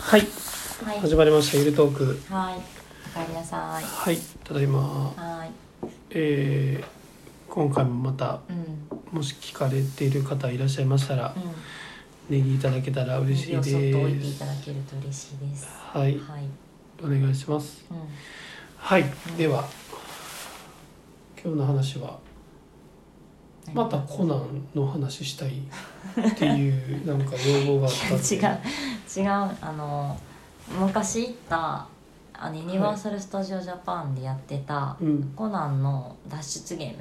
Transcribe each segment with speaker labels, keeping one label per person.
Speaker 1: はい、
Speaker 2: はい
Speaker 1: 始まりましたゆるトーク
Speaker 2: はい。おかえりなさい。
Speaker 1: はいただいま
Speaker 2: は
Speaker 1: えー、今回もまた
Speaker 2: い。うん。
Speaker 1: もし聞かれている方いらっしゃいましたら
Speaker 2: うん。
Speaker 1: ネギいただけたら嬉しい
Speaker 2: 指をそっと置いて
Speaker 1: で
Speaker 2: い
Speaker 1: す
Speaker 2: ただけると嬉しいです。は
Speaker 1: はい
Speaker 2: い。
Speaker 1: お願いします
Speaker 2: うん。
Speaker 1: はいでは今日の話はまたコナンの話したいって いうなんか要望があったんで
Speaker 2: 違う。 違う。あの。昔行った。あのユニバーサルスタジオジャパンでやってた。
Speaker 1: うん
Speaker 2: コナンの脱出ゲーム。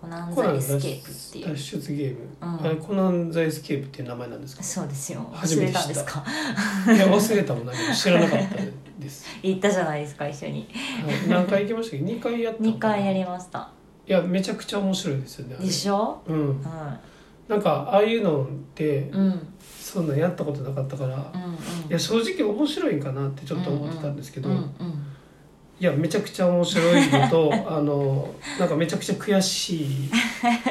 Speaker 2: コナン
Speaker 1: コナ
Speaker 2: ザ
Speaker 1: ン
Speaker 2: エス
Speaker 1: 脱
Speaker 2: ケープっていう。
Speaker 1: 出ゲーム、
Speaker 2: うん
Speaker 1: あれコナンザエスケープっていう名前なんですか
Speaker 2: そうですよ。
Speaker 1: 初
Speaker 2: 忘
Speaker 1: めて
Speaker 2: れ
Speaker 1: 知った
Speaker 2: たんですか。
Speaker 1: いや忘れたもん何も知らなかったです、
Speaker 2: 行ったじゃないですか、一緒に。
Speaker 1: はい、何回行きましたっけ2回やったの
Speaker 2: 二回や
Speaker 1: い
Speaker 2: りました。
Speaker 1: やめちゃくちゃ面白いですよねあれ
Speaker 2: でしょ
Speaker 1: うん
Speaker 2: うん。
Speaker 1: なんかああいうのって
Speaker 2: うん。うん。
Speaker 1: そんなんやったことなかったから、い
Speaker 2: うん。
Speaker 1: や正直面白いんかなってちょっと思ってたんですけど、
Speaker 2: うん。うん。
Speaker 1: いやめちゃくちゃ面白いのとあのなんかめちゃくちゃ悔しい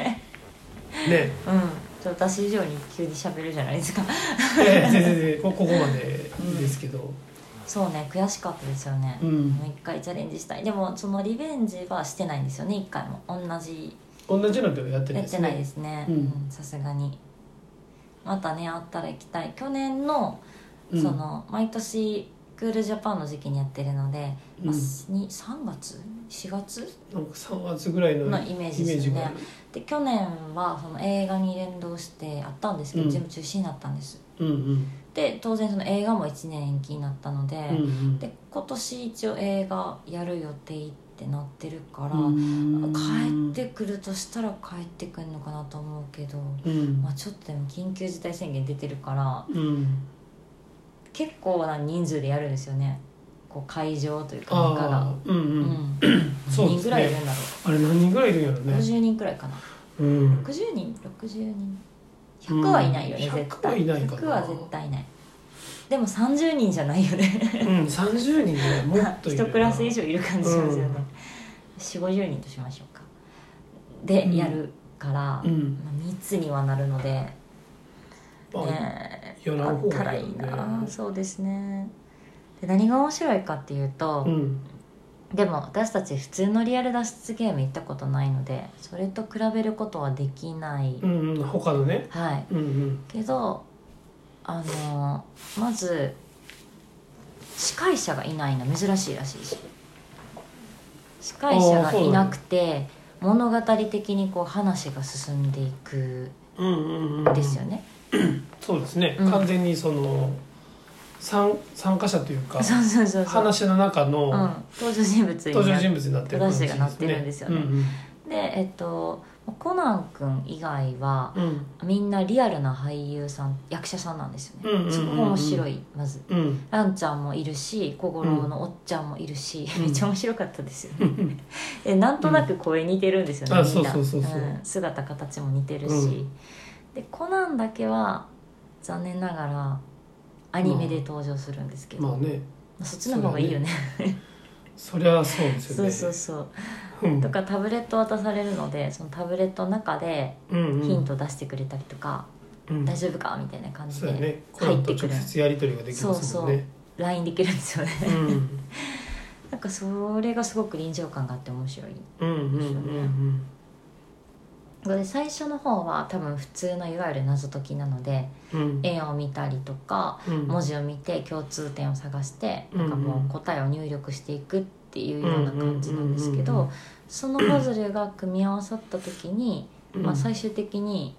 Speaker 1: ね
Speaker 2: うん、ちょっと私以上に急に喋るじゃないですか
Speaker 1: いやいや全然全然こここまでですけど、
Speaker 2: そうね悔しかったですよね、
Speaker 1: うん
Speaker 2: もう一回チャレンジしたいでもそのリベンジはしてないんですよね一回も同じ
Speaker 1: 同じのではやってな
Speaker 2: や
Speaker 1: いで
Speaker 2: って
Speaker 1: す
Speaker 2: ない
Speaker 1: ね
Speaker 2: ですね
Speaker 1: うん
Speaker 2: うんさすがにまたねあったら行きたい去年の
Speaker 1: うん
Speaker 2: その、毎年クールジャパンの時期にやってるので、まあ
Speaker 1: うん
Speaker 2: に3月4月
Speaker 1: なんか3月ぐらいの
Speaker 2: のイメージですよ
Speaker 1: イメージ
Speaker 2: ね
Speaker 1: がある
Speaker 2: で去年はその映画に連動してあったんですけど、
Speaker 1: うん
Speaker 2: 全部中止になったんです
Speaker 1: うんうん
Speaker 2: で当然その映画も1年延期になったので、
Speaker 1: うんうん
Speaker 2: で今年一応映画やる予定ってなってるから、
Speaker 1: うん
Speaker 2: 帰ってくるとしたら帰ってくるのかなと思うけど、
Speaker 1: うん
Speaker 2: まあ、ちょっとでも緊急事態宣言出てるから
Speaker 1: うん
Speaker 2: 結構な人数でやるんですよねこう会場というか中が
Speaker 1: あ。あうん
Speaker 2: う
Speaker 1: うん、
Speaker 2: ん、
Speaker 1: そうで
Speaker 2: 何人
Speaker 1: す
Speaker 2: ぐらいい
Speaker 1: ね
Speaker 2: るんだろ
Speaker 1: あれ何人ぐらいいるんやろ
Speaker 2: う、
Speaker 1: ね
Speaker 2: 50人くらいかな
Speaker 1: うん
Speaker 2: 60人60人100はいないよね、
Speaker 1: うん
Speaker 2: 絶対
Speaker 1: 100はいないかな
Speaker 2: 100は絶対ないでも30人じゃないよね
Speaker 1: うん30人ぐらいもっといる
Speaker 2: 一クラス以上いる感じしますよね、4 5 0人としましょうかで、
Speaker 1: うん
Speaker 2: やるから、
Speaker 1: うん
Speaker 2: まあ、密にはなるのでね
Speaker 1: まあ
Speaker 2: え
Speaker 1: やら
Speaker 2: あ
Speaker 1: ん方
Speaker 2: ったら
Speaker 1: がい
Speaker 2: い
Speaker 1: い
Speaker 2: い
Speaker 1: よね
Speaker 2: な、そうですねで何が面白いかっていうと、
Speaker 1: うん
Speaker 2: でも私たち普通のリアル脱出ゲーム行ったことないのでそれと比べることはできない、
Speaker 1: うんうん他のね
Speaker 2: はい
Speaker 1: うんうん
Speaker 2: けどあのまず司会者がいないの珍しいらしいし司会者がいなくて物語的にこう話が進んでいく
Speaker 1: うんうんうん
Speaker 2: んですよね、
Speaker 1: そうですね、
Speaker 2: うん
Speaker 1: 完全にその参参加者というか
Speaker 2: そうそうそうそう、うん、
Speaker 1: 話の中の
Speaker 2: 登場人物に
Speaker 1: 登
Speaker 2: な
Speaker 1: 場
Speaker 2: っ
Speaker 1: 人物になってる感じ
Speaker 2: 正しいがなってるんですよね
Speaker 1: うん
Speaker 2: でえっとコナン君以外は
Speaker 1: うん
Speaker 2: みんなリアルな俳優さん役者さんなんですよね、
Speaker 1: うんうんうんうん
Speaker 2: そこが面白いまず
Speaker 1: うんうん
Speaker 2: ランちゃんもいるし小五郎のおっちゃんもいるし、
Speaker 1: うん
Speaker 2: めっちゃ面白かったですよね、
Speaker 1: うん
Speaker 2: でなんとなく声似てるんですよね、
Speaker 1: うん
Speaker 2: みんな
Speaker 1: あそうそうそうそうん
Speaker 2: 姿形も似てるし、
Speaker 1: うん
Speaker 2: でコナンだけは残念ながらアニメで登場するんですけど、
Speaker 1: まあね
Speaker 2: そっちの方がいいよね
Speaker 1: そりゃそうですよ
Speaker 2: そう
Speaker 1: ね
Speaker 2: そうそう、
Speaker 1: うん
Speaker 2: とかタブレット渡されるのでそのタブレットの中で
Speaker 1: うんうん
Speaker 2: ヒント出してくれたりとか、
Speaker 1: うん
Speaker 2: 大丈夫かみたいな感じ
Speaker 1: そうや
Speaker 2: で
Speaker 1: ねコナ
Speaker 2: 入
Speaker 1: ン
Speaker 2: っ
Speaker 1: と
Speaker 2: てく
Speaker 1: 直
Speaker 2: る
Speaker 1: 接やり取りができますもんね
Speaker 2: LINE できるんですよね
Speaker 1: うん
Speaker 2: なんかそれがすごく臨場感があって面白い
Speaker 1: うんうんうん
Speaker 2: で最初の方は多分普通のいわゆる謎解きなので
Speaker 1: うんうん
Speaker 2: 絵を見たりとか
Speaker 1: うん
Speaker 2: 文字を見て共通点を探して
Speaker 1: うん
Speaker 2: なんかもう答えを入力していくっていうような感じなんですけ
Speaker 1: うんうんうんう
Speaker 2: ど
Speaker 1: ん
Speaker 2: そのパズルが組み合わさった時に、
Speaker 1: うん
Speaker 2: まあ、最終的に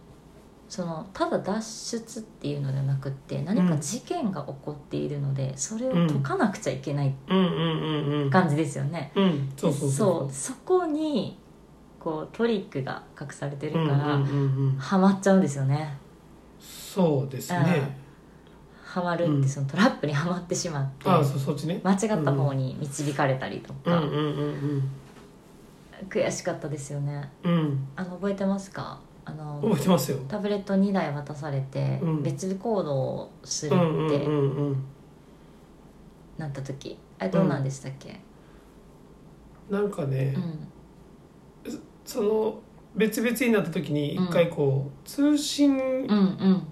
Speaker 2: そのただ脱出っていうのではなくって何か事件が起こっているのでそれを解かなくちゃいけない
Speaker 1: うんうんうんうん
Speaker 2: 感じですよね。
Speaker 1: うんそうそう
Speaker 2: そうそこにこうトリックが隠されてる
Speaker 1: うん
Speaker 2: か
Speaker 1: う
Speaker 2: ら。
Speaker 1: んうんうん
Speaker 2: ハマっちゃうんですよね
Speaker 1: そうですね
Speaker 2: ハマるって、
Speaker 1: うん
Speaker 2: そのトラップにはまってしまって
Speaker 1: あそうそっちね
Speaker 2: 間違った方に導かれたりと
Speaker 1: うん
Speaker 2: か、
Speaker 1: うんうん
Speaker 2: 悔しかったですよね
Speaker 1: うんうん
Speaker 2: あの覚えてますかあの
Speaker 1: 覚えてますよ
Speaker 2: タブレット2台渡されて、
Speaker 1: うん
Speaker 2: 別行動をする
Speaker 1: うんうん
Speaker 2: っ
Speaker 1: う
Speaker 2: て
Speaker 1: んうん
Speaker 2: なった時、あれどうなんでしたっけ、
Speaker 1: なんかね
Speaker 2: うん
Speaker 1: その別々になった時に一回こう通信
Speaker 2: うんうん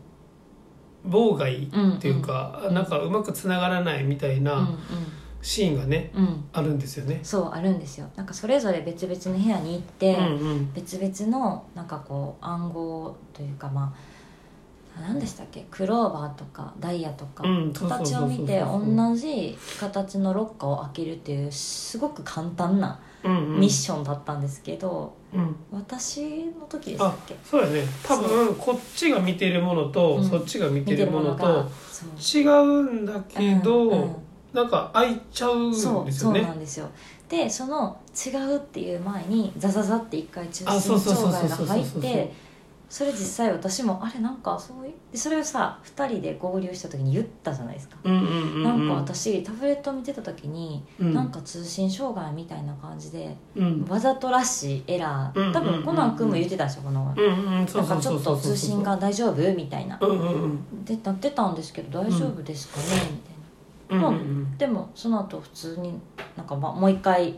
Speaker 1: 妨害っていうか、
Speaker 2: うん
Speaker 1: なんかうまくつながらないみたい
Speaker 2: うん
Speaker 1: なシーンがね、
Speaker 2: うんうん
Speaker 1: あるんですよね。
Speaker 2: そうあるんですよなんかそれぞれ別々の部屋に行って、
Speaker 1: うんうん
Speaker 2: 別々のなんかこう暗号というかまあ何でしたっけクローバーとかダイヤとか、
Speaker 1: うんそうそうそう
Speaker 2: 形
Speaker 1: そう
Speaker 2: を見て同じ形のロッカーを開けるっていうすごく簡単な
Speaker 1: うんうん
Speaker 2: ミッションだったんですけど、
Speaker 1: うん
Speaker 2: 私の時でした
Speaker 1: あ
Speaker 2: っけ
Speaker 1: そうやね多分こっちが見てるものと、
Speaker 2: うん
Speaker 1: そっちが見て
Speaker 2: 見て
Speaker 1: る
Speaker 2: る
Speaker 1: も
Speaker 2: も
Speaker 1: の
Speaker 2: の
Speaker 1: と
Speaker 2: がそう
Speaker 1: 違うんだけど、
Speaker 2: うんうん
Speaker 1: なんか開いちゃうんです
Speaker 2: そうそ
Speaker 1: よ
Speaker 2: う
Speaker 1: ね
Speaker 2: な。んですよでその違うっていう前にザザザって一回中
Speaker 1: あそう
Speaker 2: 心
Speaker 1: そうそう
Speaker 2: 障
Speaker 1: そう
Speaker 2: 害
Speaker 1: そうそ
Speaker 2: が
Speaker 1: う
Speaker 2: 入ってそれ実際私もあれなんかそういうでそれをさ2人で合流した時に言ったじゃないですか、
Speaker 1: うんうんうんう
Speaker 2: なん
Speaker 1: ん
Speaker 2: か私タブレット見てた時に、
Speaker 1: うん
Speaker 2: なんか通信障害みたいな感じで、
Speaker 1: うん
Speaker 2: わざとらしいエラ
Speaker 1: うんうんうんう
Speaker 2: ー
Speaker 1: ん
Speaker 2: 多分コナン君も言ってたでしょこの、
Speaker 1: うんうんそ
Speaker 2: な
Speaker 1: うんそ
Speaker 2: か
Speaker 1: う
Speaker 2: ち
Speaker 1: そ
Speaker 2: ょ
Speaker 1: う
Speaker 2: っ
Speaker 1: そう
Speaker 2: と通信が大丈夫みたいな
Speaker 1: うんうんうん
Speaker 2: でなってたんですけど大丈夫ですかね、みたいな
Speaker 1: うんうん
Speaker 2: でもその後普通になんかまあもう一回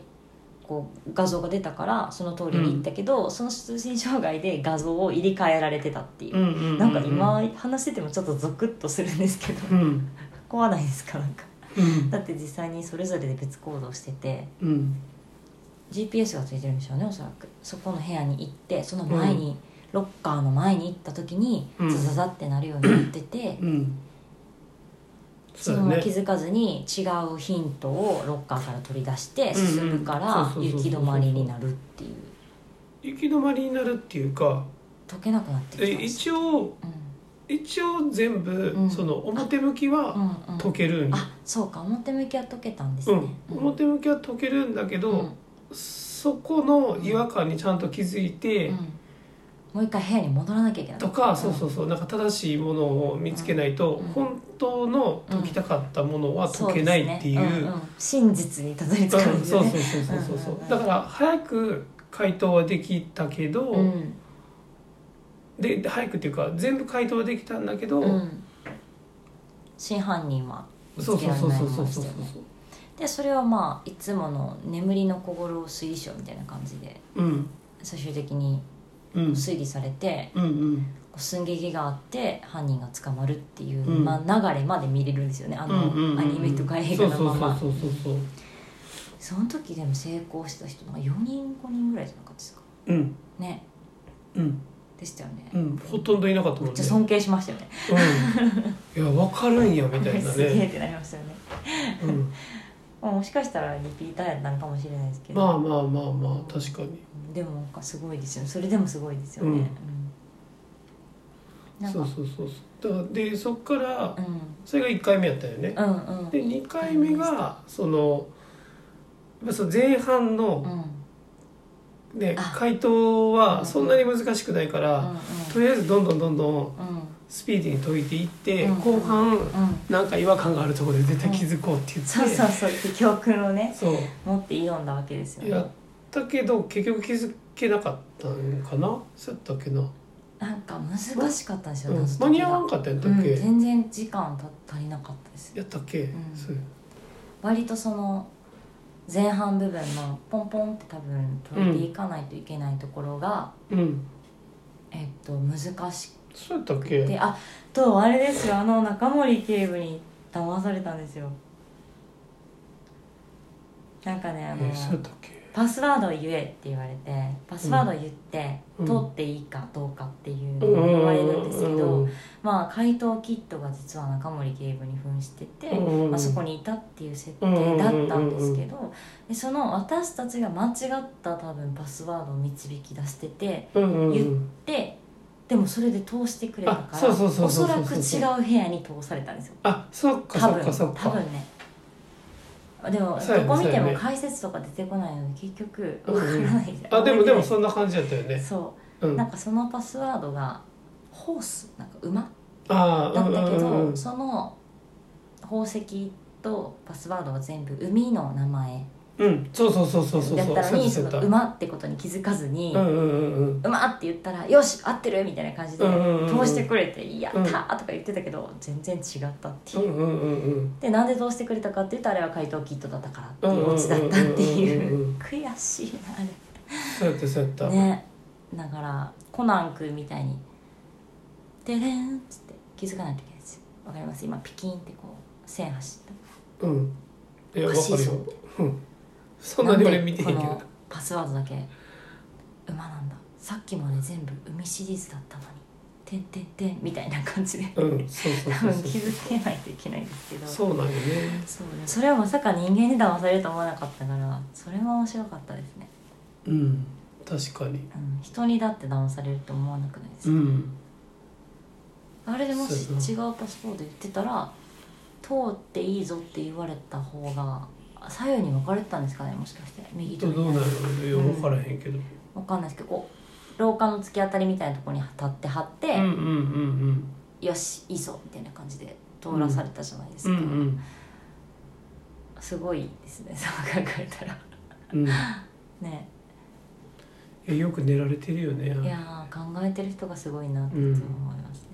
Speaker 2: こう画像が出たからその通りに行ったけど、その通信障害で画像を入れ替えられてたっていうう、
Speaker 1: んうん
Speaker 2: なんか今話しててもちょっとゾクッとするんですけど
Speaker 1: うんうん
Speaker 2: 怖ないですかなんか
Speaker 1: うん
Speaker 2: だって実際にそれぞれで別行動してて
Speaker 1: うん
Speaker 2: GPS がついてるんでしょうねおそらくそこの部屋に行ってその前に、ロッカーの前に行った時に
Speaker 1: うん
Speaker 2: ザザザってなるようになってて、
Speaker 1: うんそ
Speaker 2: そ
Speaker 1: う
Speaker 2: の
Speaker 1: だ
Speaker 2: まま
Speaker 1: ね
Speaker 2: 気づかずに違うヒントをロッカーから取り出して進む
Speaker 1: う
Speaker 2: か
Speaker 1: んうん
Speaker 2: ら
Speaker 1: そうそうそうそう
Speaker 2: 行き止まりになるっていう
Speaker 1: 行き止まりになるっていうか
Speaker 2: 解けなくなって
Speaker 1: え
Speaker 2: きたんです
Speaker 1: 一応
Speaker 2: う
Speaker 1: 一応全部、
Speaker 2: うん
Speaker 1: その表向き
Speaker 2: んう
Speaker 1: は
Speaker 2: んうん
Speaker 1: 解けるんよ
Speaker 2: あそうか表向きは解けたんです
Speaker 1: う
Speaker 2: ね、
Speaker 1: ん、表向きは解けるんだけど、
Speaker 2: うん
Speaker 1: そこの違和感にちゃんと気づいて、
Speaker 2: うんもう一回部屋に戻らなきゃいけない
Speaker 1: とかそうそうそうなんか正しいものを見つけないと、
Speaker 2: うん
Speaker 1: 本当の解きたかったものは
Speaker 2: そう
Speaker 1: 解
Speaker 2: で
Speaker 1: け
Speaker 2: す
Speaker 1: な
Speaker 2: ね
Speaker 1: いっていう,、
Speaker 2: んん真実にたどり着かない
Speaker 1: うん
Speaker 2: です
Speaker 1: そ
Speaker 2: よ
Speaker 1: う
Speaker 2: ね
Speaker 1: そうそうそうそうそう
Speaker 2: うんうんうん
Speaker 1: だから早く回答はできたけど、
Speaker 2: うん
Speaker 1: で早くっていうか全部回答はできたんだけど、
Speaker 2: うん真犯人は見
Speaker 1: そう
Speaker 2: つけ
Speaker 1: そう
Speaker 2: られ
Speaker 1: そう
Speaker 2: ない
Speaker 1: そ
Speaker 2: も
Speaker 1: うそうそ
Speaker 2: のでし
Speaker 1: う
Speaker 2: たよねでそれをまあいつもの眠りの小五郎推奨みたいな感じで
Speaker 1: うん
Speaker 2: 最終的に
Speaker 1: うん
Speaker 2: 推理されて、
Speaker 1: うんうん
Speaker 2: こう寸劇があって犯人が捕まるっていう、
Speaker 1: うん
Speaker 2: まあ、流れまで見れるんですよねあの、
Speaker 1: うんうんうん
Speaker 2: アニメとか映画のまま
Speaker 1: そうそうそうそうそう
Speaker 2: その時でも成功した人なんか4人5人ぐらいじゃなかったですか
Speaker 1: うん
Speaker 2: ね
Speaker 1: うん
Speaker 2: でしたよね、
Speaker 1: うんほとんどいなかったも
Speaker 2: め
Speaker 1: ん
Speaker 2: っ
Speaker 1: ね
Speaker 2: ちゃ尊敬しましたよね
Speaker 1: うん、いや分かるんやみたいな
Speaker 2: すげえ
Speaker 1: ね、
Speaker 2: ってなりましたよね
Speaker 1: うん、
Speaker 2: まあもしかしたらリピーターやったんかもしれないですけど、
Speaker 1: まあまあまあまあ確かに
Speaker 2: でもなんかすごいですよねそれでもすごいですよね、
Speaker 1: うん
Speaker 2: うんなんか
Speaker 1: そうそうそうそうだからでそっから
Speaker 2: うん
Speaker 1: それが1回目やったよね
Speaker 2: うんうん
Speaker 1: で2回目がそのやっぱその前半
Speaker 2: うんう
Speaker 1: の、
Speaker 2: ん
Speaker 1: ね
Speaker 2: あ、
Speaker 1: 回答はそんなに難しくないからとりあえずどんどんどんどん
Speaker 2: うん
Speaker 1: スピーディーに解いていって
Speaker 2: うん
Speaker 1: 後半
Speaker 2: うん
Speaker 1: なんか違和感があるところで絶対気づこうって言って
Speaker 2: そうそうそうって教訓をね
Speaker 1: そう
Speaker 2: 持って挑んだわけですよ
Speaker 1: やっ
Speaker 2: ね
Speaker 1: たけど結局気づけなかったんかなそうやったっけな、
Speaker 2: なんか難しかったんですよ、
Speaker 1: うん間
Speaker 2: 謎解き
Speaker 1: に
Speaker 2: が
Speaker 1: 合わんかったやったっけ、
Speaker 2: うん全然時間た足りなかったです
Speaker 1: やったっけ、
Speaker 2: ん
Speaker 1: そう
Speaker 2: 割とその前半部分のポンポンって多分解いていかないといけないところが、
Speaker 1: うん
Speaker 2: えっと難し
Speaker 1: そうやったっ
Speaker 2: くて
Speaker 1: け
Speaker 2: あとあれですよあの中森警部に騙されたんですよなんかねあの、
Speaker 1: えそうやったっけ
Speaker 2: パスワードを言えって言われてパスワードを言って、
Speaker 1: うん
Speaker 2: 取っていいかどうかっていうのを言われるんですけど、
Speaker 1: うん
Speaker 2: まあ回答キットが実は中森警部に扮してて、
Speaker 1: うん
Speaker 2: まあ、そこにいたっていう設定だったんですけど、でその私たちが間違った多分パスワードを導き出してて
Speaker 1: うんうんう
Speaker 2: 言
Speaker 1: ん
Speaker 2: ででもそれで通してくれたか
Speaker 1: あ
Speaker 2: ら
Speaker 1: そうそうそう
Speaker 2: お
Speaker 1: そう
Speaker 2: そ
Speaker 1: そう
Speaker 2: らく違う部屋に通されたんですよ。
Speaker 1: あそっか
Speaker 2: 多
Speaker 1: そっ
Speaker 2: 分
Speaker 1: かそっ
Speaker 2: 多
Speaker 1: か
Speaker 2: 分ねでも
Speaker 1: そうやね
Speaker 2: どこ見て
Speaker 1: そうや
Speaker 2: も
Speaker 1: ね
Speaker 2: 解説とか出てこないので結局
Speaker 1: うん
Speaker 2: わからない
Speaker 1: あでもでも
Speaker 2: そ
Speaker 1: そんな感じだったよねう
Speaker 2: そうなんんかそのパスワードがホースなんか馬
Speaker 1: あー
Speaker 2: だっ
Speaker 1: うん
Speaker 2: たけ
Speaker 1: うんうんう
Speaker 2: ど
Speaker 1: ん
Speaker 2: その宝石とパスワードは全部海の名前
Speaker 1: うんそうそうそうそうそう
Speaker 2: だ
Speaker 1: そ
Speaker 2: っ
Speaker 1: う
Speaker 2: たのに
Speaker 1: そ
Speaker 2: そう
Speaker 1: やった
Speaker 2: の
Speaker 1: そうやっ
Speaker 2: 馬ってことに気づかずに
Speaker 1: たうんうんうん
Speaker 2: 馬って言ったらよし合ってるみたいな感じで
Speaker 1: うんうんうんうん
Speaker 2: 通してくれてやったーとか言ってたけど全然違ったって
Speaker 1: う
Speaker 2: いうん
Speaker 1: うんうんうん
Speaker 2: でなんでどうしてくれたかって言うとあれは怪盗キットだったからっていう
Speaker 1: うんうんうんうんうん
Speaker 2: オチだったっていう悔しい
Speaker 1: そうやったそうやっ
Speaker 2: な
Speaker 1: た
Speaker 2: あれねだからコナン君みたいに「でれん」っつって気づかないといけないんですよわかります今ピキンってこう線走っ
Speaker 1: うんいや
Speaker 2: お
Speaker 1: わ
Speaker 2: か
Speaker 1: か
Speaker 2: しい
Speaker 1: る
Speaker 2: ぞ
Speaker 1: ようんそ
Speaker 2: た
Speaker 1: んなに俺見てへんけ
Speaker 2: なんでこ
Speaker 1: ど
Speaker 2: のパスワードだけ馬なんださっきまで全部海シリーズだったのに「てんてんてん」みたいな感じで
Speaker 1: うんそうそう
Speaker 2: 多
Speaker 1: そう
Speaker 2: 分
Speaker 1: そう
Speaker 2: 気づけないといけないんですけど
Speaker 1: そうなんよね
Speaker 2: そうねそれはまさか人間に騙されると思わなかったからそれは面白かったですね、
Speaker 1: うん確かに
Speaker 2: うん、人にだって騙されると思わなくないです
Speaker 1: う
Speaker 2: か、
Speaker 1: ん
Speaker 2: あれでもし
Speaker 1: そ
Speaker 2: 違うパスポート言ってたら通っていいぞって言われた方があ左右に分かれてたんですかねもしかして右と
Speaker 1: どう
Speaker 2: 左
Speaker 1: なんやろよ分からへんけど
Speaker 2: 分かんないですけどこう廊下の突き当たりみたいなところに立って貼って、
Speaker 1: うんうんうん
Speaker 2: よしいいぞみたいな感じで通らされたじゃないです
Speaker 1: う
Speaker 2: か、
Speaker 1: んうん
Speaker 2: すごいですねそう考えたら
Speaker 1: うんうん
Speaker 2: ね
Speaker 1: えよく寝られてるよね
Speaker 2: いやー考えてる人がすごいなっていつも思いますね、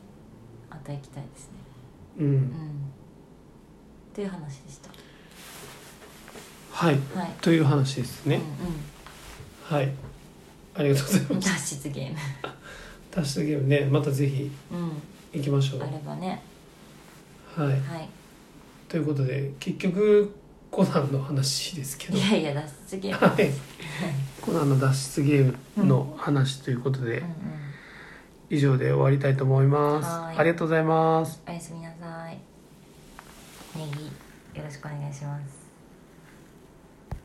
Speaker 2: また行きたいですね
Speaker 1: う
Speaker 2: うんんという話でした
Speaker 1: はい
Speaker 2: はい、
Speaker 1: という話ですね
Speaker 2: う
Speaker 1: はいありがとうござい
Speaker 2: んう
Speaker 1: ま
Speaker 2: ん、
Speaker 1: す
Speaker 2: 脱出ゲーム
Speaker 1: 脱出ゲームねまたぜひ
Speaker 2: う
Speaker 1: 行きましょ
Speaker 2: んあればね
Speaker 1: うはい
Speaker 2: はい
Speaker 1: ということで結局コナンの話ですけど
Speaker 2: いやいや脱出ゲーム
Speaker 1: はいコナンの脱出ゲームの話ということで、
Speaker 2: うんうん
Speaker 1: 以上で終わりたいと思います
Speaker 2: はい
Speaker 1: ありがとうございます
Speaker 2: おやすみなさいネギよろしくお願いします